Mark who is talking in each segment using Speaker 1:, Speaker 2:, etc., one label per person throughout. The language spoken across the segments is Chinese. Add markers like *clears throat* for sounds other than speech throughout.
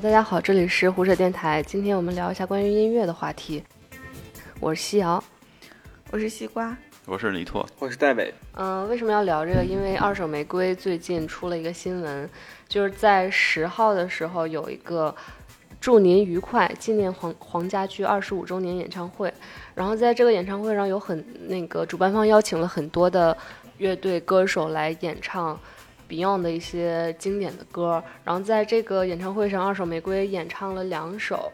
Speaker 1: 大家好，这里是胡扯电台，今天我们聊一下关于音乐的话题。我是夕阳，
Speaker 2: 我是西瓜，
Speaker 3: 我是李拓，
Speaker 4: 我是戴伟。
Speaker 1: 嗯、为什么要聊这个？因为二手玫瑰最近出了一个新闻，就是在十号的时候有一个祝您愉快纪念黄黄家驹二十五周年演唱会，然后在这个演唱会上有很那个主办方邀请了很多的乐队歌手来演唱 Beyond 的一些经典的歌，然后在这个演唱会上，二手玫瑰演唱了两首。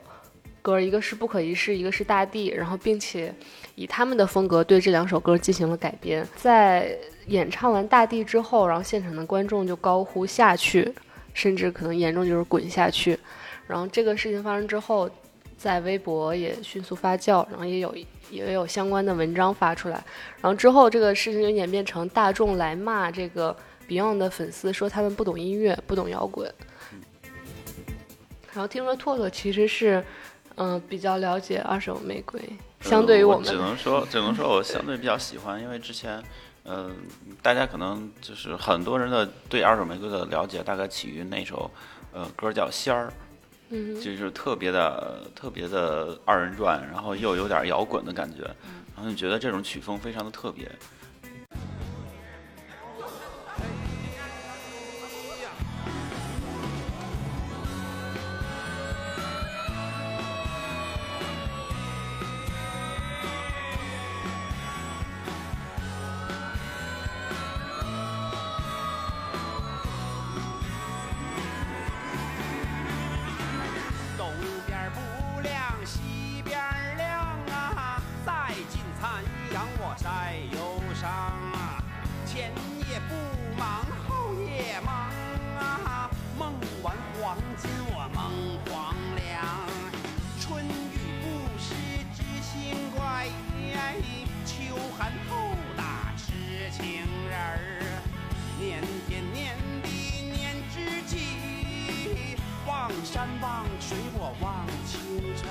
Speaker 1: 歌，一个是《不可一世》，一个是《大地》，然后并且以他们的风格对这两首歌进行了改编。在演唱完《大地》之后，然后现场的观众就高呼下去，甚至可能严重就是滚下去。然后这个事情发生之后，在微博也迅速发酵，然后也有也有相关的文章发出来。然后之后这个事情就演变成大众来骂这个 Beyond 的粉丝，说他们不懂音乐，不懂摇滚。然后听说拓拓其实是，嗯、比较了解二手玫瑰，相对于
Speaker 3: 呃我
Speaker 1: 们，
Speaker 3: 只能说，只能说我相对比较喜欢，因为之前，呃，大家可能就是很多人的对二手玫瑰的了解，大概起于那首，呃，歌叫《仙儿》，
Speaker 1: 嗯哼，
Speaker 3: 就是特别的、特别的二人转，然后又有点摇滚的感觉，
Speaker 1: 嗯
Speaker 3: 然后就觉得这种曲风非常的特别。
Speaker 5: 东边儿不亮西边儿亮啊，再进残阳我晒忧伤啊，前夜不忙后夜忙啊，梦完黄金我梦黄粱，春雨不湿知心怪，秋寒后打痴情人儿。念天念地念知己，望山望水我望清晨。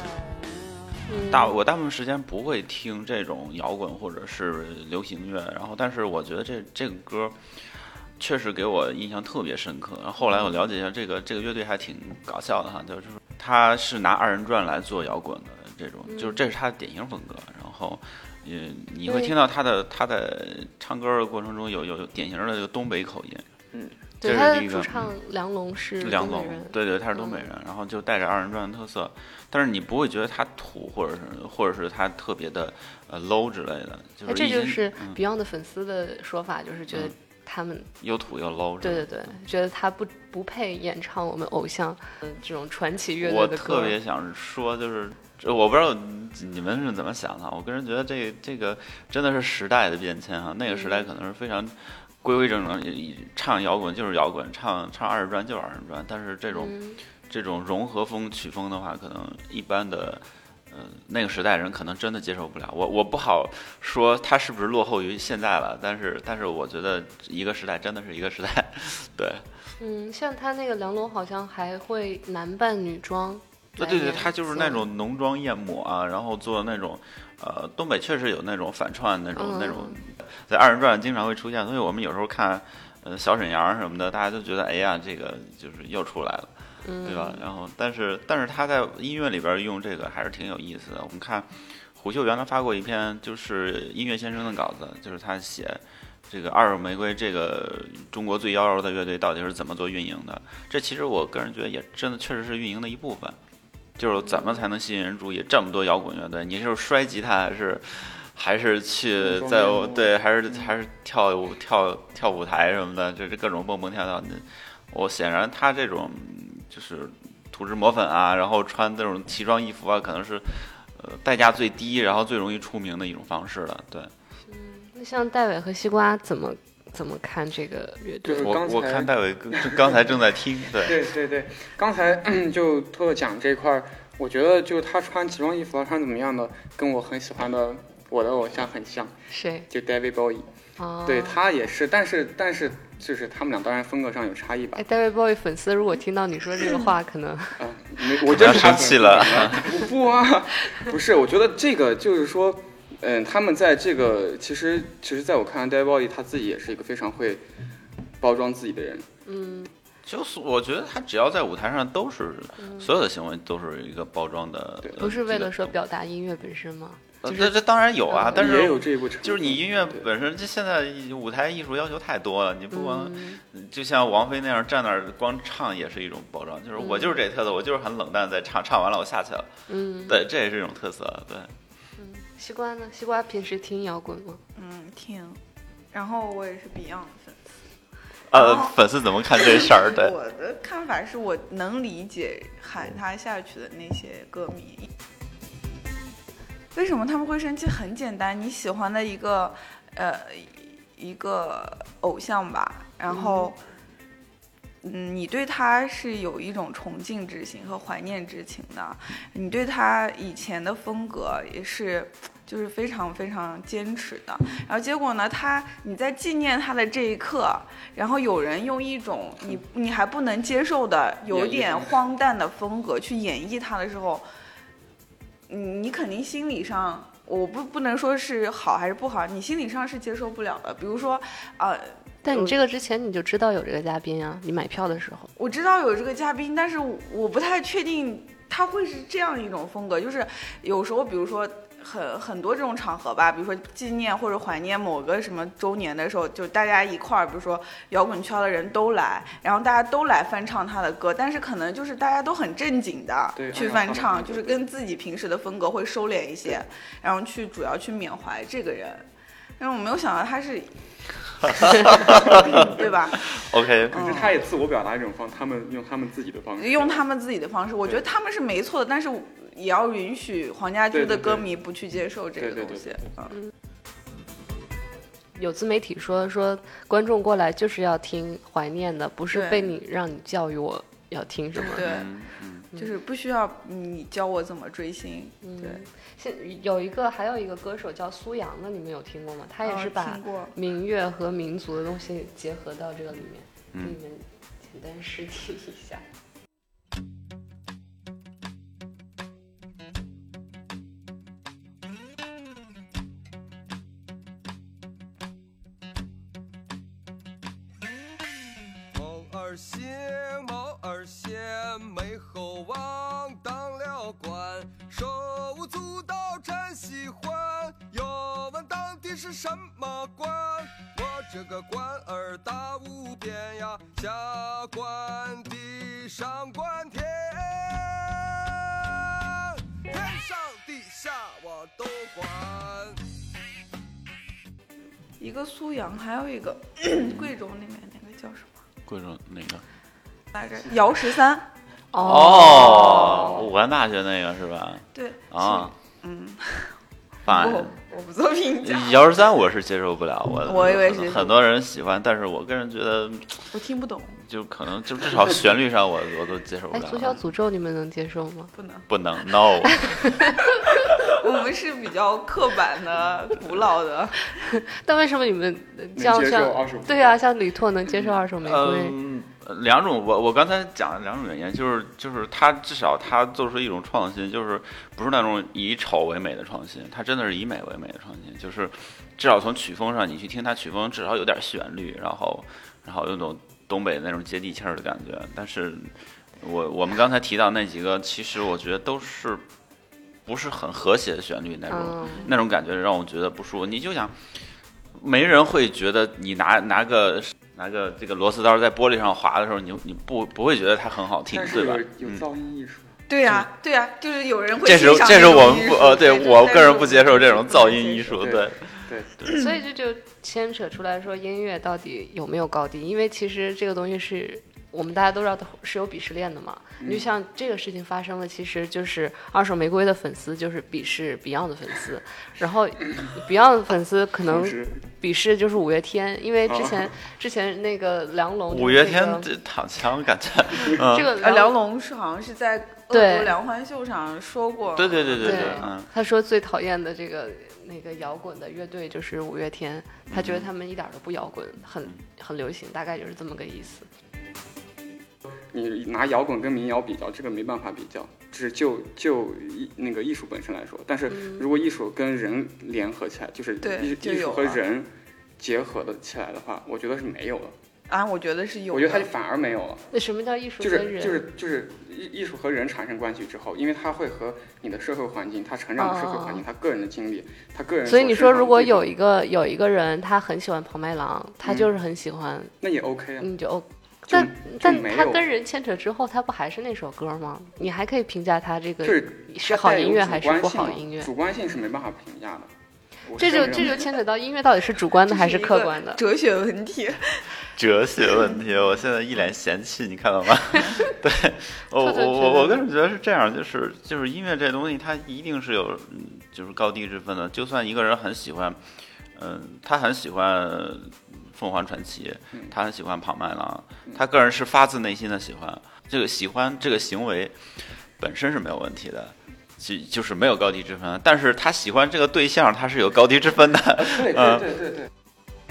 Speaker 1: 嗯
Speaker 3: 大我大部分时间不会听这种摇滚或者是流行乐，然后但是我觉得这这个歌确实给我印象特别深刻。然后后来我了解一下，这个这个乐队还挺搞笑的哈，就是他是拿二人转来做摇滚的这种，
Speaker 1: 嗯
Speaker 3: 就是这是他的典型风格。然后也你会
Speaker 1: 对
Speaker 3: 听到他的他的唱歌的过程中有有有典型的这个东北口音，
Speaker 1: 嗯对
Speaker 3: 这
Speaker 1: 他
Speaker 3: 是
Speaker 1: 的
Speaker 3: 第一
Speaker 1: 主
Speaker 3: 个
Speaker 1: 唱梁龙是
Speaker 3: 梁
Speaker 1: 东北
Speaker 3: 龙
Speaker 1: 人，嗯
Speaker 3: 对对，他是东北人，然后就带着二人转的特色，但是你不会觉得他土，或者是或者是他特别的呃 low 之类的，就
Speaker 1: 哎，
Speaker 3: 是
Speaker 1: 这
Speaker 3: 已
Speaker 1: 就
Speaker 3: 经
Speaker 1: 是
Speaker 3: 嗯
Speaker 1: Beyond 的粉丝的说法，就是觉得
Speaker 3: 嗯
Speaker 1: 他们，
Speaker 3: 又土又 low 之
Speaker 1: 对
Speaker 3: 类
Speaker 1: 对
Speaker 3: 的。
Speaker 1: 对，觉得他不不配演唱我们偶像呃这种传奇乐
Speaker 3: 我
Speaker 1: 队的歌。
Speaker 3: 特别想说，就是这我不知道你们是怎么想的啊，我个人觉得这这个真的是时代的变迁啊，那个时代
Speaker 1: 嗯
Speaker 3: 可能是非常。规规整整，也也唱摇滚就是摇滚，唱唱二人转就是二人转。但是这种
Speaker 1: 嗯，
Speaker 3: 这种融合风曲风的话，可能一般的，呃，那个时代人可能真的接受不了。我我不好说他是不是落后于现在了，但是但是我觉得一个时代真的是一个时代，对，
Speaker 1: 嗯，像他那个梁龙好像还会男扮女装
Speaker 3: 对
Speaker 1: 来演奏。
Speaker 3: 啊对对，他就是那种浓妆艳抹啊，然后做那种，呃，东北确实有那种反串那种、那种，在二人转经常会出现，所以我们有时候看，呃，小沈阳什么的，大家都觉得哎呀，这个就是又出来了。
Speaker 1: 嗯，
Speaker 3: 对吧？然后，但是但是他在音乐里边用这个还是挺有意思的。我们看胡秀原来发过一篇就是音乐先生的稿子，就是他写这个二手玫瑰这个中国最妖娆的乐队到底是怎么做运营的。这其实我个人觉得也真的确实是运营的一部分，就是怎么才能吸引人注意？这么多摇滚乐队，你是摔吉他还是？还是去
Speaker 4: 装
Speaker 3: 在
Speaker 4: 面
Speaker 3: 我
Speaker 4: 包
Speaker 3: 对，还是
Speaker 4: 嗯
Speaker 3: 还是跳舞跳跳舞台什么的，就是各种蹦蹦跳跳。你我显然他这种就是涂脂抹粉啊，然后穿这种奇装异服啊，可能是呃代价最低，然后最容易出名的一种方式了。对
Speaker 1: 那像戴伟和西瓜怎么怎么看这个乐队？
Speaker 4: 就是
Speaker 3: 我，
Speaker 4: 刚才
Speaker 3: 我看戴伟刚刚才正在听，对，
Speaker 4: 对对对，刚才嗯就透透讲这块儿，我觉得就他穿奇装异服啊，穿怎么样的，跟我很喜欢的我的偶像很像，
Speaker 1: 谁？
Speaker 4: 就 David Bowie。
Speaker 1: 哦，
Speaker 4: 对他也是，但是但是就是他们俩当然风格上有差异吧
Speaker 1: 哎。，David Bowie 粉丝如果听到你说这个话，可
Speaker 3: *laughs*
Speaker 1: 能
Speaker 2: 哎
Speaker 4: 啊、没， *laughs* 我真
Speaker 3: 要
Speaker 4: 是他
Speaker 3: 生
Speaker 4: 粉
Speaker 3: 气了。 *laughs*
Speaker 4: 不不啊， *laughs* 不是，我觉得这个就是说，嗯，他们在这个其实其实在我看来，David Bowie 他自己也是一个非常会包装自己的人。
Speaker 1: 嗯，
Speaker 3: 就是我觉得他只要在舞台上都是、所有的行为都是一个包装的
Speaker 4: 对，
Speaker 3: 呃
Speaker 1: 不是为了说
Speaker 3: 这个
Speaker 1: 表达音乐本身吗？
Speaker 3: 呃
Speaker 1: 就
Speaker 3: 这这当然有啊
Speaker 1: 嗯，
Speaker 3: 但
Speaker 4: 也
Speaker 3: 是
Speaker 4: 有这一步成分。
Speaker 3: 就是你音乐
Speaker 4: 对
Speaker 3: 本身，这现在舞台艺术要求太多了，你不光 *laughs*
Speaker 1: 嗯
Speaker 3: 就像王菲那样站那儿光唱也是一种包装，就是我
Speaker 1: 嗯
Speaker 3: 就是这特色，我就是很冷淡在唱，唱完了我下去了，
Speaker 1: 嗯，
Speaker 3: 对，这也是一种特色，对。
Speaker 1: 西瓜呢？西瓜平时听摇滚吗？
Speaker 2: 嗯，听。然后我也是 Beyond 粉丝。
Speaker 3: 呃
Speaker 2: 然后，
Speaker 3: 粉丝怎么看这事儿？对，
Speaker 2: 我的看法是我能理解喊他下去的那些歌迷，为什么他们会生气？很简单，你喜欢的一个呃一个偶像吧，然后。嗯，你对他是有一种崇敬之情和怀念之情的，你对他以前的风格也是，就是非常非常坚持的。然后结果呢，他你在纪念他的这一刻，然后有人用一种你你还不能接受的、有
Speaker 4: 演绎
Speaker 2: 点
Speaker 4: 方式
Speaker 2: 荒诞的风格去演绎他的时候，你你肯定心理上，我不不能说是好还是不好，你心理上是接受不了的。比如说，呃，
Speaker 1: 但你
Speaker 2: 有
Speaker 1: 这个之前你就知道有这个嘉宾啊，你买票的时候，
Speaker 2: 我知道有这个嘉宾，但是我我不太确定他会是这样一种风格，就是有时候，比如说。很很多这种场合吧，比如说纪念或者怀念某个什么周年的时候，就大家一块儿，比如说摇滚圈的人都来，然后大家都来翻唱他的歌，但是可能就是大家都很正经的
Speaker 4: 对
Speaker 2: 去
Speaker 4: 按照
Speaker 2: 翻
Speaker 4: 他的
Speaker 2: 唱，
Speaker 4: 风格
Speaker 2: 就是跟自己平时的风格会收敛一些，然后去主要去缅怀这个人。但是我没有想到他
Speaker 4: *laughs*
Speaker 2: 是， *laughs* 对吧？
Speaker 3: OK，
Speaker 4: 可是他也自我表达一种方，他们用他们自己的方式，
Speaker 2: 用他们自己的方式，我觉得他们是没错的，但是也要允许黄家驹
Speaker 4: 对
Speaker 2: 的
Speaker 4: 对对
Speaker 2: 歌迷不去接受这
Speaker 4: 对
Speaker 2: 个
Speaker 4: 对
Speaker 2: 东
Speaker 4: 对
Speaker 2: 西
Speaker 4: 对。
Speaker 2: 嗯，
Speaker 1: 有自媒体说说观众过来就是要听怀念的，不是
Speaker 2: 对
Speaker 1: 被你让你教育我要听什么。
Speaker 2: 对，
Speaker 3: 嗯嗯，
Speaker 2: 就是不需要你教我怎么追星。
Speaker 1: 嗯
Speaker 2: 对，
Speaker 1: 现有一个还有一个歌手叫苏阳的，你们有哦听过吗？他也
Speaker 2: 嗯
Speaker 1: 是把
Speaker 2: 听过。
Speaker 1: 民乐和民族的东西结合到这个里面，
Speaker 3: 嗯
Speaker 1: 给你们简单试听一下。
Speaker 6: 猫儿行，猫儿闲，没猴王当了官，手舞足蹈真喜欢。要问当地是什么官？我这个官儿大无边呀，下关地，上关天，天上地下我都管。
Speaker 2: 一个苏阳，还有一
Speaker 3: *clears throat*
Speaker 2: 个贵州那边那个叫什么
Speaker 3: 贵州那个
Speaker 2: 来着？姚十三。
Speaker 3: 哦，武汉大学那个是吧？
Speaker 2: 对，
Speaker 3: 啊，哎
Speaker 2: 嗯，
Speaker 3: 反
Speaker 2: 我我不做评价，
Speaker 3: 幺十三我是接受不了，我
Speaker 2: 我以为是
Speaker 3: 很多人喜欢，但是我个人觉得
Speaker 2: 我听不懂，
Speaker 3: 就可能就至少旋律上我我都接受不
Speaker 1: 哎，
Speaker 3: 了，啊
Speaker 1: 足球诅咒你们能接受吗？
Speaker 2: 不能。
Speaker 3: 不能 no，
Speaker 2: 我们是比较刻板的、古老的。
Speaker 1: 但为什么你们呃像
Speaker 4: 接受
Speaker 1: 像
Speaker 4: 二手玫
Speaker 1: 对啊，像李拓能接受二手玫瑰？
Speaker 3: 嗯。两种，我我刚才讲的两种原因，就是就是他至少他做出一种创新，就是不是那种以丑为美的创新，他真的是以美为美的创新，就是至少从曲风上，你去听他曲风，至少有点旋律，然后然后有种东北那种接地气儿的感觉。但是我我们刚才提到那几个，其实我觉得都是不是很和谐的旋律那种、
Speaker 1: 嗯，
Speaker 3: 那种感觉让我觉得不舒服。你就想，没人会觉得你拿拿个拿个这个螺丝刀在玻璃上划的时候，你你不不会觉得它很好听
Speaker 4: 但，是
Speaker 3: 对吧？
Speaker 4: 有有
Speaker 3: 嗯，
Speaker 4: 噪音艺术。
Speaker 2: 对呀，对呀，就是有人会
Speaker 3: 这是
Speaker 2: 欣赏
Speaker 3: 这是
Speaker 2: 种
Speaker 3: 我们
Speaker 2: 艺
Speaker 3: 不
Speaker 2: 术
Speaker 3: 呃，对
Speaker 2: 对
Speaker 3: 我
Speaker 2: 但
Speaker 3: 个
Speaker 2: 是
Speaker 3: 人不接受这种
Speaker 2: 不能
Speaker 3: 噪音
Speaker 2: 接
Speaker 3: 艺
Speaker 2: 受
Speaker 3: 术，
Speaker 4: 对
Speaker 3: 对，
Speaker 1: 所以这就牵扯出来说音乐到底有没有高低？因为其实这个东西是我们大家都知道它是有鄙视链的嘛。
Speaker 3: 嗯
Speaker 1: 你就像这个事情发生了，其实就是二手玫瑰的粉丝就是鄙视 Beyond 的粉丝，然
Speaker 3: *laughs*
Speaker 1: 后 Beyond 的粉丝可能
Speaker 4: 同时
Speaker 1: 鄙视就是五月天，因为之前之前那个梁龙
Speaker 3: 哦五月天
Speaker 1: 这个
Speaker 3: 这啊躺
Speaker 2: *laughs*
Speaker 3: 枪感觉，嗯
Speaker 1: 这个
Speaker 2: 呃，梁龙是好像是在恶
Speaker 1: 对
Speaker 2: 毒梁欢秀上说过，
Speaker 3: 对对对对
Speaker 1: 对
Speaker 3: 嗯，
Speaker 1: 他说最讨厌的这个那个摇滚的乐队就是五月天，他觉得
Speaker 4: 嗯
Speaker 1: 他们一点儿都不摇滚，很很流行，大概就是这么个意思。
Speaker 4: 你拿摇滚跟民谣比较，这个没办法比较，只就就艺那个艺术本身来说。但是
Speaker 1: 嗯
Speaker 4: 如果艺术跟人联合起来，就是
Speaker 2: 对
Speaker 4: 艺
Speaker 2: 就
Speaker 4: 艺
Speaker 2: 有
Speaker 4: 术和
Speaker 2: 了
Speaker 4: 人结合的起来的话，我觉得是没有了。
Speaker 2: 啊，我觉得是有
Speaker 4: 我
Speaker 2: 的。
Speaker 4: 觉得他就反而没有了。
Speaker 1: 那什么叫艺术
Speaker 4: 就
Speaker 1: 跟
Speaker 4: 是
Speaker 1: 人？
Speaker 4: 就是就是艺艺术和人产生关系之后，因为它会和你的社会环境、他成长的社会环境、他个人的经历、他个人
Speaker 1: 哦所以你说，
Speaker 4: 身上的
Speaker 1: 如果
Speaker 4: 这种
Speaker 1: 有一个有一个人，他很喜欢庞麦郎，他
Speaker 4: 嗯
Speaker 1: 就是很喜欢，
Speaker 4: 那也 OK 啊，
Speaker 1: 你就 O。
Speaker 4: 就
Speaker 1: 嗯但
Speaker 4: 就
Speaker 1: 但
Speaker 4: 没
Speaker 1: 他
Speaker 4: 有
Speaker 1: 跟人牵扯之后，他不还是那首歌吗？你还可以评价他这个
Speaker 4: 就是
Speaker 1: 是
Speaker 4: 它
Speaker 1: 好
Speaker 4: 带有
Speaker 1: 音乐
Speaker 4: 主
Speaker 1: 还是
Speaker 4: 观
Speaker 1: 不
Speaker 4: 性
Speaker 1: 好
Speaker 4: 嘛
Speaker 1: 音乐？
Speaker 4: 主观性是没办法评价的。我
Speaker 1: 这
Speaker 4: 是
Speaker 1: 就
Speaker 4: 认
Speaker 1: 这
Speaker 4: 为
Speaker 1: 就牵扯到音乐到底是主观的还
Speaker 2: 这
Speaker 1: 是
Speaker 2: 一个
Speaker 1: 客观的？
Speaker 2: 哲学问题。
Speaker 3: 哲学问题，我现在一脸嫌弃，你看到
Speaker 1: *laughs*
Speaker 3: 吗？对我
Speaker 1: 特特
Speaker 3: 我
Speaker 1: 觉得
Speaker 3: 我我个人觉得是这样，就是就是音乐这东西，它一定是有嗯就是高低之分的。就算一个人很喜欢，嗯、他很喜欢凤凰传奇
Speaker 4: 嗯，
Speaker 3: 他很喜欢庞麦郎，
Speaker 1: 嗯
Speaker 3: 他个人是发自内心的喜欢，这个喜欢这个行为本身是没有问题的。就就是没有高低之分，但是他喜欢这个对象，他是有高低之分的。
Speaker 1: *laughs*
Speaker 4: 对
Speaker 3: 呃
Speaker 4: 对对对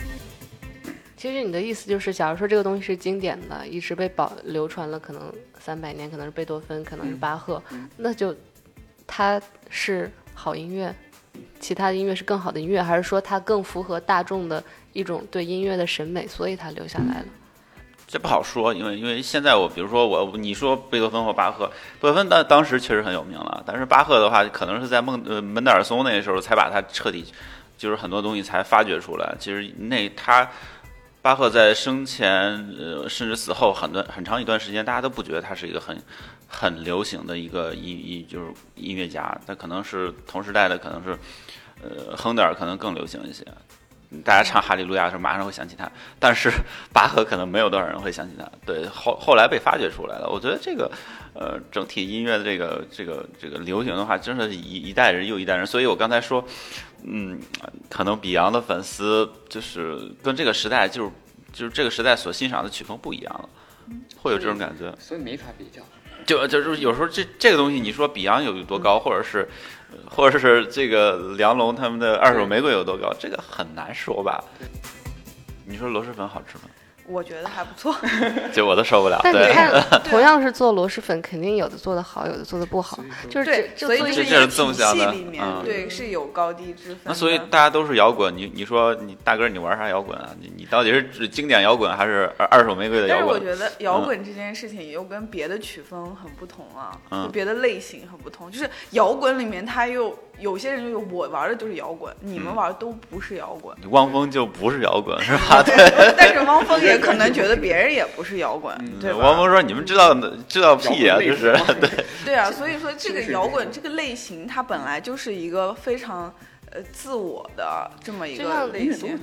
Speaker 4: 对，
Speaker 1: 其实你的意思就是，假如说这个东西是经典的，一直被保流传了，可能三百年，可能是贝多芬，可能是巴赫，
Speaker 4: 嗯
Speaker 1: 那就它是好音乐，其他的音乐是更好的音乐，还是说它更符合大众的一种对音乐的审美，所以它留下来了？
Speaker 3: 这不好说，因为因为现在我比如说我你说贝多芬或巴赫，贝多芬当当时确实很有名了，但是巴赫的话，可能是在孟呃门德尔松那时候才把他彻底，就是很多东西才发掘出来。其实那他巴赫在生前呃甚至死后很段很长一段时间，大家都不觉得他是一个很很流行的一个音音就是音乐家，他可能是同时代的，可能是呃亨德尔可能更流行一些。大家唱《哈利路亚》的时候，马上会想起他，但是巴赫可能没有多少人会想起他。对，后后来被发掘出来了。我觉得这个，呃，整体音乐的这个这个这个流行的话，真的是一一代人又一代人。所以我刚才说，嗯，可能比昂的粉丝就是跟这个时代就是就是这个时代所欣赏的曲风不一样了。会有这种感觉，
Speaker 4: 所以没法比较。
Speaker 3: 就就是有时候这这个东西，你说比昂有多高，或者是，呃或者是这个梁龙他们的二手玫瑰有多高，这个很难说吧？你说螺蛳粉好吃吗？
Speaker 2: 我觉得还不错，
Speaker 3: 就我都受不了。
Speaker 1: 但你
Speaker 3: 对，
Speaker 1: 看，同样是做螺蛳粉，肯定有的做的好，有的做的不好
Speaker 4: 所
Speaker 1: 就是
Speaker 4: 以，说
Speaker 2: 对，
Speaker 1: *laughs* 这
Speaker 2: 所
Speaker 1: 这
Speaker 2: 以
Speaker 1: 做一
Speaker 3: 这
Speaker 1: 个
Speaker 2: 是一
Speaker 3: 这
Speaker 2: 个
Speaker 3: 是纵
Speaker 2: 体
Speaker 3: 向
Speaker 2: 系
Speaker 3: 的
Speaker 2: 里
Speaker 3: 嗯
Speaker 2: 面，对，是有高低之分的。
Speaker 3: 那所以大家都是摇滚，你你说你大哥你玩啥摇滚啊？你你到底是指经典摇滚还是二二手玫瑰的
Speaker 2: 但
Speaker 3: 摇
Speaker 2: 是我
Speaker 3: 滚？嗯
Speaker 2: 觉得摇滚这件事情又跟别的曲风很不同啊，
Speaker 3: 嗯
Speaker 2: 就别的类型很不同。就是摇滚里面，它又有些人就有我玩的就是摇滚，你们
Speaker 3: 嗯
Speaker 2: 玩的都不是摇
Speaker 3: *laughs*
Speaker 2: 滚。
Speaker 3: 你汪峰就不是摇滚是吧？对，
Speaker 2: 但是汪峰也可能觉得别人也不是摇滚，对
Speaker 3: 嗯汪
Speaker 2: 吧？
Speaker 3: 峰说你们知道知道屁啊，
Speaker 4: 摇滚
Speaker 3: 就是
Speaker 4: 类
Speaker 3: *laughs*
Speaker 4: 似吗
Speaker 2: 对啊，所以说这个
Speaker 4: 是是
Speaker 2: 摇滚这个类型，它本来就是一个非常呃自我的这么一
Speaker 1: 就
Speaker 2: 个
Speaker 1: 像
Speaker 2: 类型。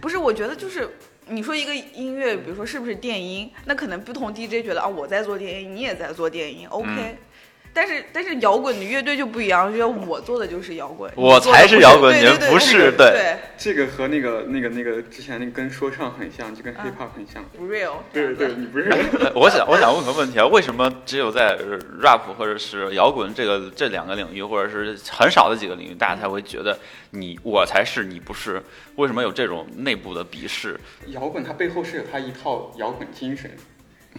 Speaker 2: 不是，我觉得就是你说一个音乐，比如说是不是电音，那可能不同 DJ 觉得啊，我在做电音，你也在做电音，OK、
Speaker 3: 嗯
Speaker 2: 但是但是摇滚的乐队就不一样，觉得我做的就是摇滚，
Speaker 3: 我
Speaker 2: 你做的
Speaker 3: 才
Speaker 2: 不
Speaker 3: 是摇滚
Speaker 2: 对
Speaker 3: 你
Speaker 2: 对
Speaker 3: 们
Speaker 2: 对
Speaker 3: 不
Speaker 2: 对
Speaker 3: 是
Speaker 2: 对
Speaker 3: 对
Speaker 4: 这个和那个那个那个之前那个跟说唱很像，
Speaker 1: 嗯
Speaker 4: 就跟 hip hop 很像。
Speaker 2: 不 real，
Speaker 4: 对对，你不是
Speaker 1: *laughs*
Speaker 3: *laughs* 我想我想问个问题啊，为什么只有在 rap 或者是摇滚这个这两个领域，或者是很少的几个领域，大家才会觉得你我才是你不是？为什么有这种内部的鄙视？
Speaker 4: 摇滚，它背后是有它一套摇滚精神，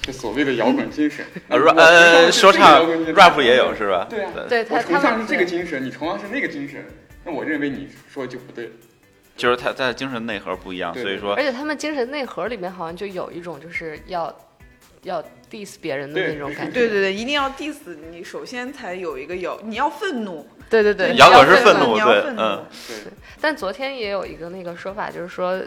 Speaker 4: 就所谓的摇滚精神。
Speaker 3: 呃
Speaker 4: 哎我
Speaker 3: ，ra-
Speaker 4: 崇尚
Speaker 3: 呃，
Speaker 4: 是
Speaker 3: 说
Speaker 4: 这个摇
Speaker 3: 唱
Speaker 4: 滚精神
Speaker 3: rap 也有是吧？
Speaker 4: 对啊
Speaker 1: 对
Speaker 4: 我
Speaker 1: 他
Speaker 4: 崇
Speaker 1: 他
Speaker 4: 尚
Speaker 1: 们
Speaker 4: 是这个精神，你崇尚是那个精神，那我认为你说就不对。
Speaker 3: 就是他他的精神内核不一样，
Speaker 4: 对
Speaker 3: 所以说
Speaker 1: 而且他们精神内核里面好像就有一种就是要要 diss 别人的那种感觉。
Speaker 2: 对对对，一定要 diss 你，首先才有一个摇，你要愤怒，
Speaker 1: 对对对
Speaker 2: 你
Speaker 3: 摇
Speaker 2: 要
Speaker 3: 滚是愤怒
Speaker 2: 你要
Speaker 3: 对
Speaker 2: 愤怒，
Speaker 3: 嗯
Speaker 4: 对，
Speaker 1: 但昨天也有一个那个说法，就是说，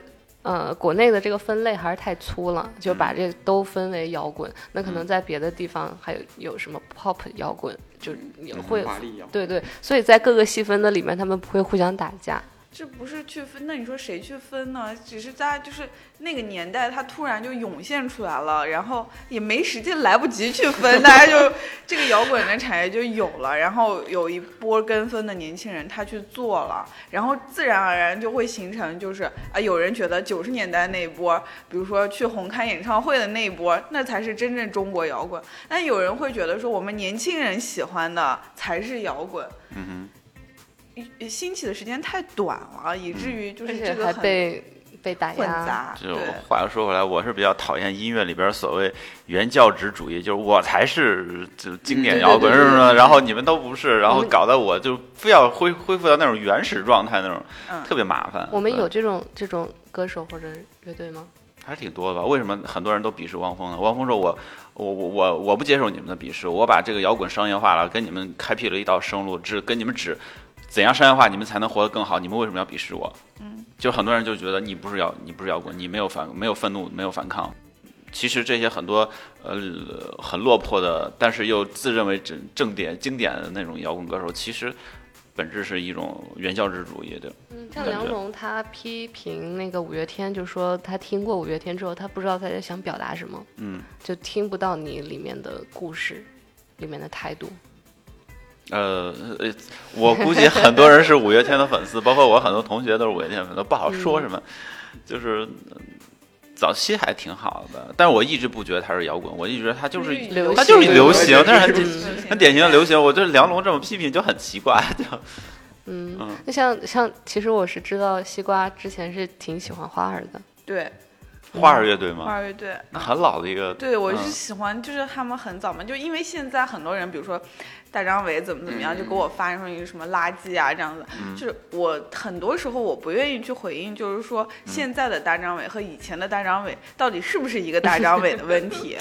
Speaker 1: 呃，国内的这个分类还是太粗了，就把
Speaker 3: 嗯
Speaker 1: 这都分为摇滚。那可能在别的地方还有有什么 pop 摇滚，就也
Speaker 2: 嗯
Speaker 1: 会。
Speaker 4: 华丽摇。
Speaker 1: 对对，所以在各个细分的里面，他们不会互相打架。
Speaker 2: 这不是去分，那你说谁去分呢？只是大家就是那个年代，它突然就涌现出来了，然后也没时间来不及去分，大家就这个摇滚的产业就有了，然后有一波跟风的年轻人他去做了，然后自然而然就会形成就是啊，有人觉得九十年代那一波，比如说去红磡演唱会的那一波，那才是真正中国摇滚，但有人会觉得说我们年轻人喜欢的才是摇滚，
Speaker 3: 嗯
Speaker 2: 一兴起的时间太短了，以至于就
Speaker 1: 嗯而
Speaker 2: 是
Speaker 1: 且
Speaker 2: 哎这个
Speaker 1: 还
Speaker 2: 很
Speaker 1: 被被打
Speaker 2: 混
Speaker 1: 压。
Speaker 2: 杂，
Speaker 3: 哼，就
Speaker 2: 对，
Speaker 3: 话又说回来，我是比较讨厌音乐里边所谓原教旨主义，就是我才是就经典
Speaker 4: 嗯
Speaker 3: 摇滚
Speaker 4: 对对
Speaker 3: 是
Speaker 4: 对
Speaker 3: 不
Speaker 4: 对
Speaker 3: 是？
Speaker 4: 对
Speaker 3: 然后你们都不是，然后
Speaker 1: 我们
Speaker 3: 搞得我就非要恢恢复到那种原始状态那种，
Speaker 2: 嗯
Speaker 3: 特别麻烦。
Speaker 1: 我们
Speaker 3: 对
Speaker 1: 有这种这种歌手或者乐队吗？
Speaker 3: 还是挺多的吧？为什么很多人都鄙视汪峰呢？汪峰说我我我我我不接受你们的鄙视，我把这个摇滚商业化了，跟你们开辟了一道生路，只跟你们指怎样商业化你们才能活得更好，你们为什么要鄙视我？
Speaker 2: 嗯，
Speaker 3: 就很多人就觉得你不是摇你不是摇滚，你没有反没有愤怒，没有反抗。其实这些很多呃很落魄的，但是又自认为正正点经典的那种摇滚歌手，其实本质是一种原教旨主义的。
Speaker 1: 嗯，像
Speaker 3: 感
Speaker 1: 梁
Speaker 3: 觉
Speaker 1: 龙他批评那个五月天，就说他听过五月天之后，他不知道他在想表达什么，
Speaker 3: 嗯，
Speaker 1: 就听不到你里面的故事，里面的态度。
Speaker 3: 呃，呃我估计很多人是五月天的粉丝， *laughs* 包括我很多同学都是五月天粉丝，不好说什么。就是呃早期还挺好的，但是我一直不觉得他是摇滚，我一直觉得他就是
Speaker 1: 流
Speaker 3: 他就是
Speaker 1: 行
Speaker 3: 流行，但是很
Speaker 1: 嗯
Speaker 3: 典很典型的流行。我对梁龙这种批评就很奇怪，就
Speaker 1: 嗯
Speaker 3: 嗯，
Speaker 1: 那像像其实我是知道西瓜之前是挺喜欢花儿的，
Speaker 2: 对，
Speaker 3: 花儿乐队
Speaker 2: 花
Speaker 3: 嘛，
Speaker 2: 儿乐队。
Speaker 3: 那很老的一个。
Speaker 2: 对，我是
Speaker 3: 嗯
Speaker 2: 喜欢，就是他们很早嘛，就因为现在很多人，比如说大张伟怎么怎么样，就给我发说你什么垃圾啊这样子，就是我很多时候我不愿意去回应，就是说现在的大张伟和以前的大张伟到底是不是一个大张伟的问题。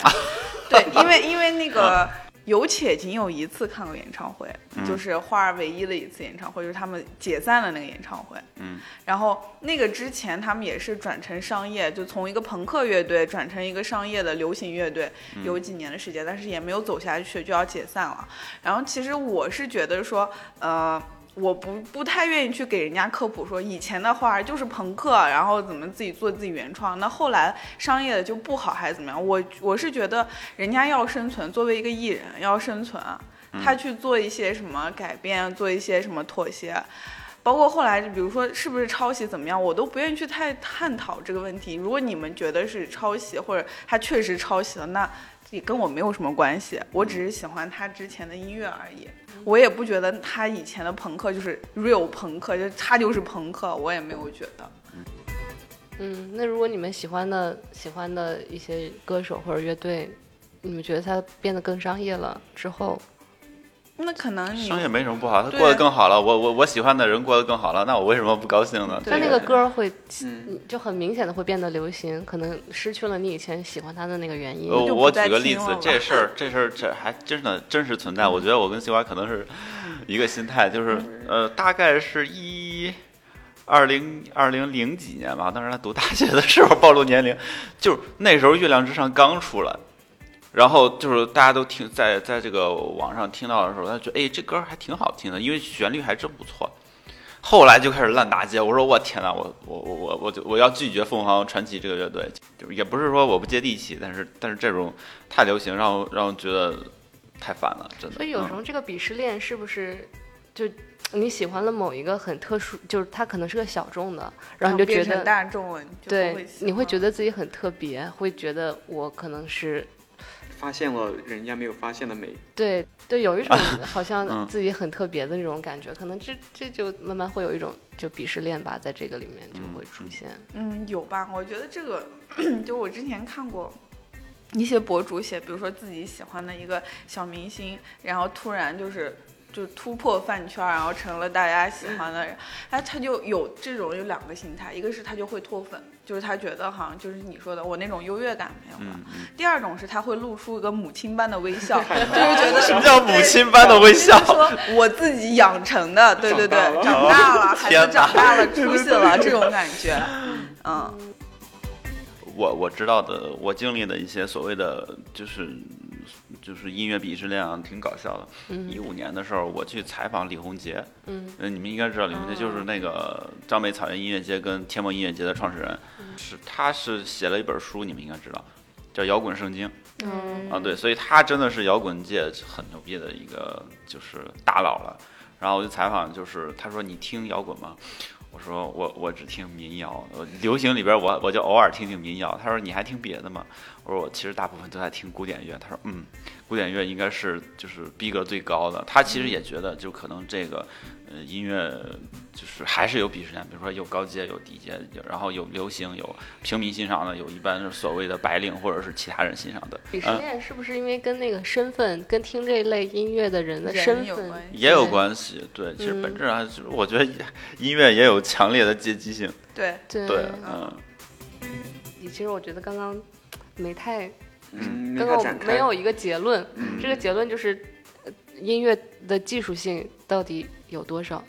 Speaker 2: 对，因为因为那个。有且仅有一次看过演唱会，就是花儿唯一的一次演唱会，就是他们解散了那个演唱会。
Speaker 3: 嗯，
Speaker 2: 然后那个之前他们也是转成商业，就从一个朋克乐队转成一个商业的流行乐队，有几年的时间，但是也没有走下去，就要解散了。然后其实我是觉得说，呃。我不不太愿意去给人家科普说以前的花儿就是朋克，然后怎么自己做自己原创，那后来商业的就不好还是怎么样？我我是觉得人家要生存，作为一个艺人要生存，他去做一些什么改变，做一些什么妥协，包括后来比如说是不是抄袭怎么样，我都不愿意去太探讨这个问题。如果你们觉得是抄袭，或者他确实抄袭了，那也跟我没有什么关系，我只是喜欢他之前的音乐而已。我也不觉得他以前的朋克就是 real 朋克，就他就是朋克，我也没有觉得。
Speaker 1: 嗯，那如果你们喜欢的喜欢的一些歌手或者乐队，你们觉得他变得更商业了之后，
Speaker 2: 那可能你
Speaker 3: 商业没什么不好，他
Speaker 2: 对
Speaker 3: 过得更好了。我我我喜欢的人过得更好了，那我为什么不高兴呢？
Speaker 1: 他
Speaker 2: 对
Speaker 1: 那个歌儿会
Speaker 4: 嗯，
Speaker 1: 就很明显的会变得流行，可能失去了你以前喜欢他的那个原因。
Speaker 3: *laughs* 呃，
Speaker 2: 就
Speaker 3: 我
Speaker 2: 不
Speaker 3: 举
Speaker 2: 再
Speaker 3: 个例
Speaker 2: 听
Speaker 3: 子
Speaker 2: 了，
Speaker 3: 这
Speaker 2: 吧
Speaker 3: 事儿，这事儿，这还真的真实存在。我觉得我跟西瓜可能是一个心态，就是
Speaker 2: 嗯
Speaker 3: 呃，大概是一二零二零零几年吧，当时他读大学的时候暴露年龄，就是那时候《月亮之上》刚出来，然后就是大家都听在在这个网上听到的时候，他觉得哎这歌还挺好听的，因为旋律还真不错。后来就开始烂大街，我说我天哪，我我我我我就我要拒绝凤凰传奇这个乐队，就是也不是说我不接地气，但是但是这种太流行，让我让我觉得太烦了，真的。
Speaker 1: 所以有时
Speaker 3: 嗯
Speaker 1: 候这个鄙视链是不是就你喜欢了某一个很特殊，就是他可能是个小众的，然后你就觉
Speaker 2: 变成
Speaker 1: 得
Speaker 2: 大众了，你就不
Speaker 1: 对，你会觉
Speaker 2: 得
Speaker 1: 得自己很特别，会觉得我可能是
Speaker 4: 发现了人家没有发现的美。
Speaker 1: 对对，有一种好
Speaker 3: 嗯
Speaker 1: 像自己很特别的那种感觉，可能这这就慢慢会有一种就鄙视链吧，在这个里面就会出现。
Speaker 2: 嗯有吧？我觉得这个 *clears throat* 就我之前看过。一些博主写，比如说自己喜欢的一个小明星，然后突然就是就突破饭圈，然后成了大家喜欢的人，哎，他就有这种有两个心态，一个是他就会脱粉，就是他觉得好像就是你说的我那种优越感没有了；
Speaker 3: 嗯，嗯
Speaker 2: 第二种是他会露出一个母亲般的微笑，
Speaker 3: *laughs*
Speaker 2: 就是
Speaker 4: 太棒
Speaker 2: 觉得
Speaker 3: 什么叫母亲般的微笑
Speaker 2: 就是？说我自己养成的，对对对，
Speaker 4: 长
Speaker 2: 长
Speaker 4: 大了
Speaker 2: 大了，孩
Speaker 3: 天
Speaker 2: 子
Speaker 3: 哪
Speaker 2: 长大了，出息了，这种感觉，嗯，
Speaker 3: 我我知道的，我经历的一些所谓的就是就是音乐鄙视链啊，挺搞笑的。一
Speaker 1: 嗯
Speaker 3: 五年的时候，我去采访李洪杰，
Speaker 1: 嗯
Speaker 3: 呃，你们应该知道李洪杰就是那个张北草原音乐节跟天梦音乐节的创始人，是他是写了一本书，你们应该知道，叫《摇滚圣经》
Speaker 1: 嗯
Speaker 3: 啊，对，所以他真的是摇滚界很牛逼的一个就是大佬了。然后我就采访，就是他说你听摇滚吗？我说我我只听民谣，我流行里边我我就偶尔听听民谣。他说你还听别的吗？我说我其实大部分都在听古典乐。他说嗯，古典乐应该是就是逼格最高的。他其实
Speaker 1: 嗯
Speaker 3: 也觉得就可能这个呃音乐就是还是有鄙视链，比如说有高阶有低阶，有然后有流行有平民欣赏的，有一般是所谓的白领或者是其他人欣赏的。
Speaker 1: 鄙视
Speaker 3: 嗯
Speaker 1: 链是不是因为跟那个身份，跟听这类音乐的人的身
Speaker 2: 人有
Speaker 1: 份
Speaker 2: 关系，
Speaker 3: 也有
Speaker 1: 对
Speaker 3: 关系，对，其实本
Speaker 1: 嗯
Speaker 3: 质上还是，我觉得音乐也有强烈的阶级性，
Speaker 2: 对，
Speaker 1: 对啊
Speaker 3: 对，嗯，
Speaker 1: 题，其实我觉得刚刚没太，
Speaker 4: 嗯，没
Speaker 1: 刚
Speaker 4: 法
Speaker 1: 刚
Speaker 4: 展
Speaker 1: 我
Speaker 4: 开。
Speaker 1: 没有一个结论。
Speaker 3: 嗯
Speaker 1: 这个结论就是，呃音乐的技术性到底有多少？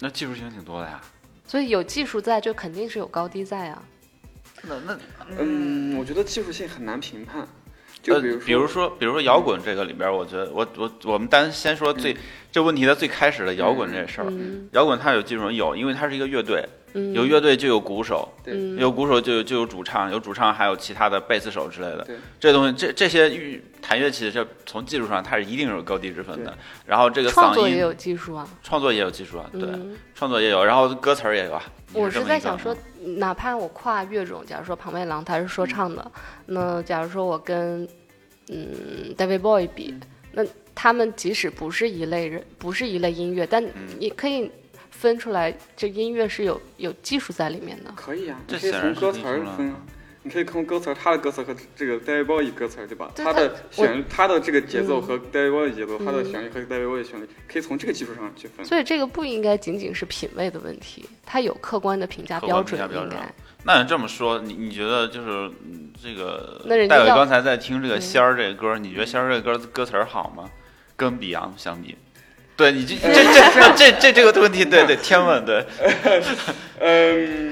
Speaker 3: 那技术性挺多的呀。
Speaker 1: 所以有技术在，就肯定是有高低在啊。
Speaker 3: 那那
Speaker 4: 嗯，我觉得技术性很难评判。就
Speaker 3: 呃
Speaker 4: 比如
Speaker 3: 比如说，比如说摇滚这个里边儿，我觉得我我我们单先说最、这问题的最开始的摇滚这事儿。
Speaker 1: 嗯
Speaker 3: 摇滚它有技术有，因为它是一个乐队，
Speaker 1: 嗯，
Speaker 3: 有乐队就有鼓手，
Speaker 1: 嗯
Speaker 3: 有鼓手就有就有主唱，有主唱还有其他的贝斯手之类的
Speaker 4: 对。
Speaker 3: 这东西这这些乐弹乐器，这从技术上它是一定有高低之分的。然后这个
Speaker 1: 创
Speaker 3: 嗓
Speaker 1: 作也
Speaker 3: 音
Speaker 1: 有技术啊。
Speaker 3: 创作也有技术啊，对，
Speaker 1: 嗯
Speaker 3: 创作也有，然后歌词儿也有啊。你
Speaker 1: 我
Speaker 3: 这
Speaker 1: 是
Speaker 3: 么
Speaker 1: 在
Speaker 3: 一个嗯
Speaker 1: 想说，，哪怕我跨乐种，假如说庞麦郎他是说唱的，那假如说我跟嗯 David Bowie 比，那他们即使不是一类人，不是一类音乐，
Speaker 3: 嗯
Speaker 1: 但也可以分出来，这音乐是有有技术在里面的。
Speaker 4: 可以啊，
Speaker 3: 这
Speaker 4: 你可以
Speaker 3: 显然
Speaker 4: 从
Speaker 3: 是
Speaker 4: 歌
Speaker 3: 技
Speaker 4: 词
Speaker 3: 术
Speaker 4: 儿
Speaker 3: 了
Speaker 4: 分啊，你可以从歌词儿，他的歌词和这个 David Bowie 歌词儿对吧？
Speaker 1: 对
Speaker 4: 他
Speaker 1: 他
Speaker 4: 的
Speaker 1: 我
Speaker 4: 旋律，他的这个节奏
Speaker 1: 嗯
Speaker 4: 和 David Bowie 节奏，他的
Speaker 1: 嗯
Speaker 4: 旋律和 David Bowie 旋律，可以从这个基础上去分。
Speaker 1: 所以这个不应该仅仅是品味的问题，它有客观的评价
Speaker 3: 客观
Speaker 1: 标准，
Speaker 3: 评价
Speaker 1: 应
Speaker 3: 标准
Speaker 1: 该。
Speaker 3: 那你这么说，你你觉得就是嗯这个
Speaker 1: 那人家
Speaker 3: 戴伟
Speaker 1: 要
Speaker 3: 刚才在听这个
Speaker 1: 嗯
Speaker 3: 《仙儿》这个歌，你觉得《仙儿》这个歌歌词儿好吗？跟 Beyond 相比？对你这这这
Speaker 1: *laughs*
Speaker 3: 这这这个问题，对对天问对，
Speaker 4: 嗯，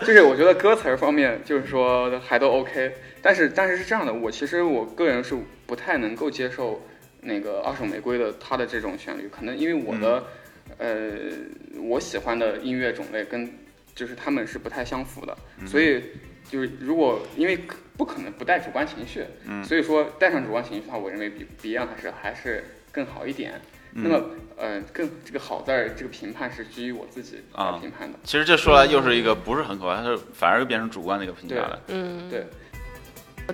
Speaker 4: 就是我觉得歌词儿方面，就是说还都 OK，但是但是是这样的，我其实我个人是不太能够接受那个二手玫瑰的它的这种旋律，可能因为我的、呃我喜欢的音乐种类跟就是他们是不太相符的，所以就是如果因为不可能不带主观情绪，
Speaker 3: 嗯
Speaker 4: 所以说带上主观情绪的话，我认为比 Beyond 还是还是更好一点。那么，呃，更这个好字儿，这个评判是基于我自己来
Speaker 3: 啊
Speaker 4: 评判的。
Speaker 3: 其实这说来又是一个不是很客观，它是反而又变成主观的一个评价了。
Speaker 1: 嗯，
Speaker 4: 对，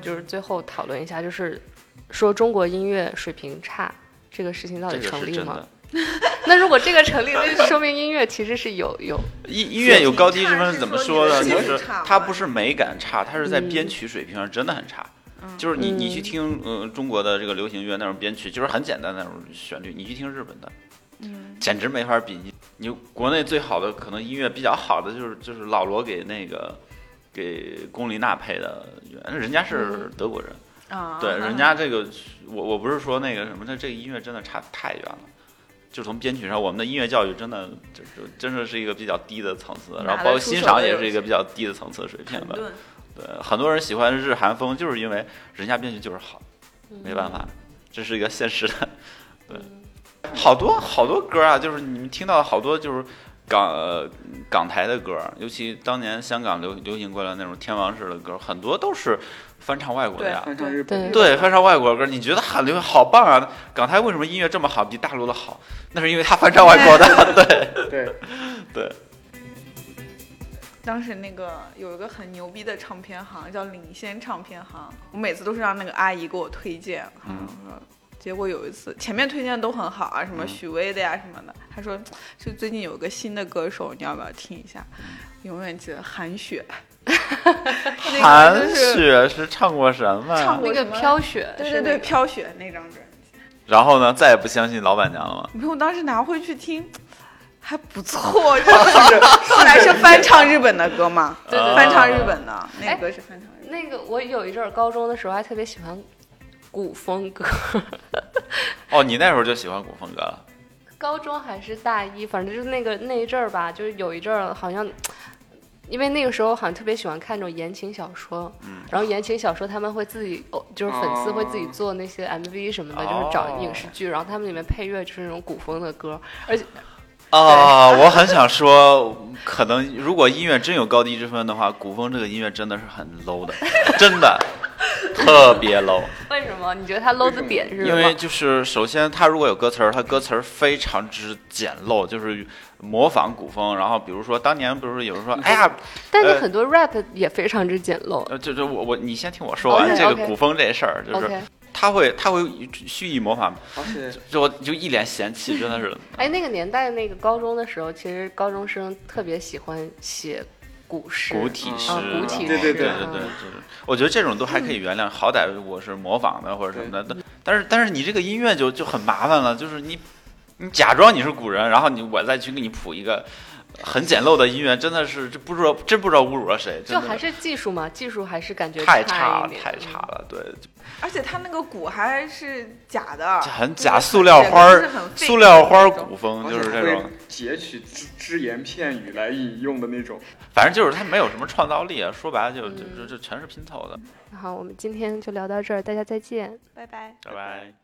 Speaker 1: 就是最后讨论一下，就是说中国音乐水平差这个事情到
Speaker 3: 这
Speaker 1: 底
Speaker 3: 个
Speaker 1: 成
Speaker 3: 是
Speaker 1: 立
Speaker 3: 真
Speaker 1: 吗
Speaker 3: 的？，
Speaker 1: 那如果这个成立，那就说明音乐其实是有有
Speaker 3: 音音乐有高低之分是怎么说呢？
Speaker 2: 水平差是说你的
Speaker 3: 就是
Speaker 2: 技术差吗
Speaker 3: 它不是美感差，它是在
Speaker 1: 嗯
Speaker 3: 编曲水平上真的很差。就是你
Speaker 2: 嗯
Speaker 3: 你去听呃中国的这个流行乐那种编曲，就是很简单的那种旋律，你去听日本的，
Speaker 2: 嗯，
Speaker 3: 简直没法比。你你国内最好的可能音乐比较好的就是就是老罗给那个给龚琳娜配的乐，那人家
Speaker 2: 嗯
Speaker 3: 是德国人，
Speaker 2: 啊，
Speaker 3: 对，人家这个我我不是说那个什么，他这个音乐真的差太远了。就从编曲上，我们的音乐教育真的就就真的是一个比较低的层次，
Speaker 2: 拿得
Speaker 3: 然后包括
Speaker 2: 出
Speaker 3: 欣
Speaker 2: 手
Speaker 3: 赏
Speaker 2: 的
Speaker 3: 也
Speaker 2: 有
Speaker 3: 是一个比较低的层次的水平
Speaker 2: 肯
Speaker 3: 吧。
Speaker 2: 顿
Speaker 3: 对，很多人喜欢日韩风，就是因为人家编曲就是好，没办法，这是一个现实的。
Speaker 2: 嗯
Speaker 3: *laughs* 对，好多好多歌啊，就是你们听到好多就是港、呃、港台的歌，尤其当年香港流流行过来那种天王式的歌，很多都是翻唱外国的呀。
Speaker 4: 翻唱日本
Speaker 1: 对
Speaker 3: 对，翻唱外国歌，你觉得韩流好棒啊？港台为什么音乐这么好，比大陆的好？那是因为他翻唱外
Speaker 2: *laughs*
Speaker 3: 国的。对
Speaker 4: 对，
Speaker 3: 对，
Speaker 2: 当时那个有一个很牛逼的唱片行叫领先唱片行，我每次都是让那个阿姨给我推荐，嗯，说结果有一次前面推荐都很好啊，什么许巍的呀什么的，她说就最近有个新的歌手，你要不要听一下？永远记得韩雪， *laughs* 那个
Speaker 3: 韩
Speaker 2: 就是
Speaker 3: 雪是唱过什么？
Speaker 2: 唱过
Speaker 1: 那个
Speaker 2: 什么
Speaker 1: 飘雪，
Speaker 2: 对对对，，飘雪那张专辑。
Speaker 3: 然后呢，再也不相信老板娘了吗？
Speaker 2: 没有，我当时拿回去听，还不 *laughs* 错。就是后来是翻唱日本的歌嘛，
Speaker 1: 对对对
Speaker 2: 翻
Speaker 3: 哦
Speaker 2: 唱日本的那
Speaker 1: 哎
Speaker 2: 个歌是啊翻唱日本的。
Speaker 1: 那个我有一阵儿高中的时候还特别喜欢古风歌，
Speaker 3: 哦，你那时候就喜欢古风歌了。
Speaker 1: 高中还是大一，反正就是那个那一阵儿吧，就是有一阵儿好像。因为那个时候好像特别喜欢看这种言情小说，然后言情小说他们会自己，哦，就是粉丝会自己做那些 MV 什么的，就是找影视剧，然后他们里面配乐就是那种古风的歌，而且 *laughs*
Speaker 3: 啊，我很想说，可能如果音乐真有高低之分的话，古风这个音乐真的是很
Speaker 1: *laughs*
Speaker 3: low 的，真的特别 low。
Speaker 1: 为什么你觉得他 low 的点是什
Speaker 3: 因
Speaker 1: 么？
Speaker 3: 为呃就是首先，它如果有歌词儿，它歌词儿非常之简陋，就是模仿古风。然后比如说当年不是有人说，哎
Speaker 1: 嗯
Speaker 3: 呀，
Speaker 1: 但是
Speaker 3: 呃
Speaker 1: 很多 rap 也非常之简陋。
Speaker 3: 呃，就就我我你先听我说完
Speaker 1: 哦 OK，
Speaker 3: 这个
Speaker 1: OK
Speaker 3: 古风这事儿，就是他会他会蓄意模仿，
Speaker 4: 而且
Speaker 3: 就我就一脸嫌弃，真的是。
Speaker 1: 哎，那个年代，那个高中的时候，其实高中生特别喜欢写古诗。
Speaker 3: 古体诗，
Speaker 1: 啊古体诗
Speaker 3: 对对对
Speaker 1: 啊
Speaker 3: 对，就是我觉得这种都还可以原谅，好歹我是模仿的或者什么的，但但是但是你这个音乐就就很麻烦了，就是你你假装你是古人，然后你我再去给你谱一个。很简陋的音乐，真的是这不知道真不知道侮辱了谁，
Speaker 1: 就
Speaker 3: 真的
Speaker 1: 还是技术嘛，技术还是感觉
Speaker 3: 太
Speaker 1: 差
Speaker 3: 差
Speaker 1: 一点嗯
Speaker 3: 太差。了，对，
Speaker 2: 而且他那个鼓还是假的，
Speaker 3: 就很
Speaker 2: 就是
Speaker 3: 假，塑料花
Speaker 2: 简
Speaker 3: 儿
Speaker 2: 直是很 fake
Speaker 3: 塑料花
Speaker 2: 的
Speaker 3: 儿
Speaker 2: 那种
Speaker 3: 古风就是这
Speaker 4: 而且还
Speaker 3: 种
Speaker 4: 会，截取只只言片语来引用的那种。
Speaker 3: 反正就是他没有什么创造力啊，说白了
Speaker 1: 嗯
Speaker 3: 就就就就全是拼凑的，
Speaker 1: 然后我们今天就聊到这儿，大家再见。
Speaker 2: 拜拜。
Speaker 3: 拜拜。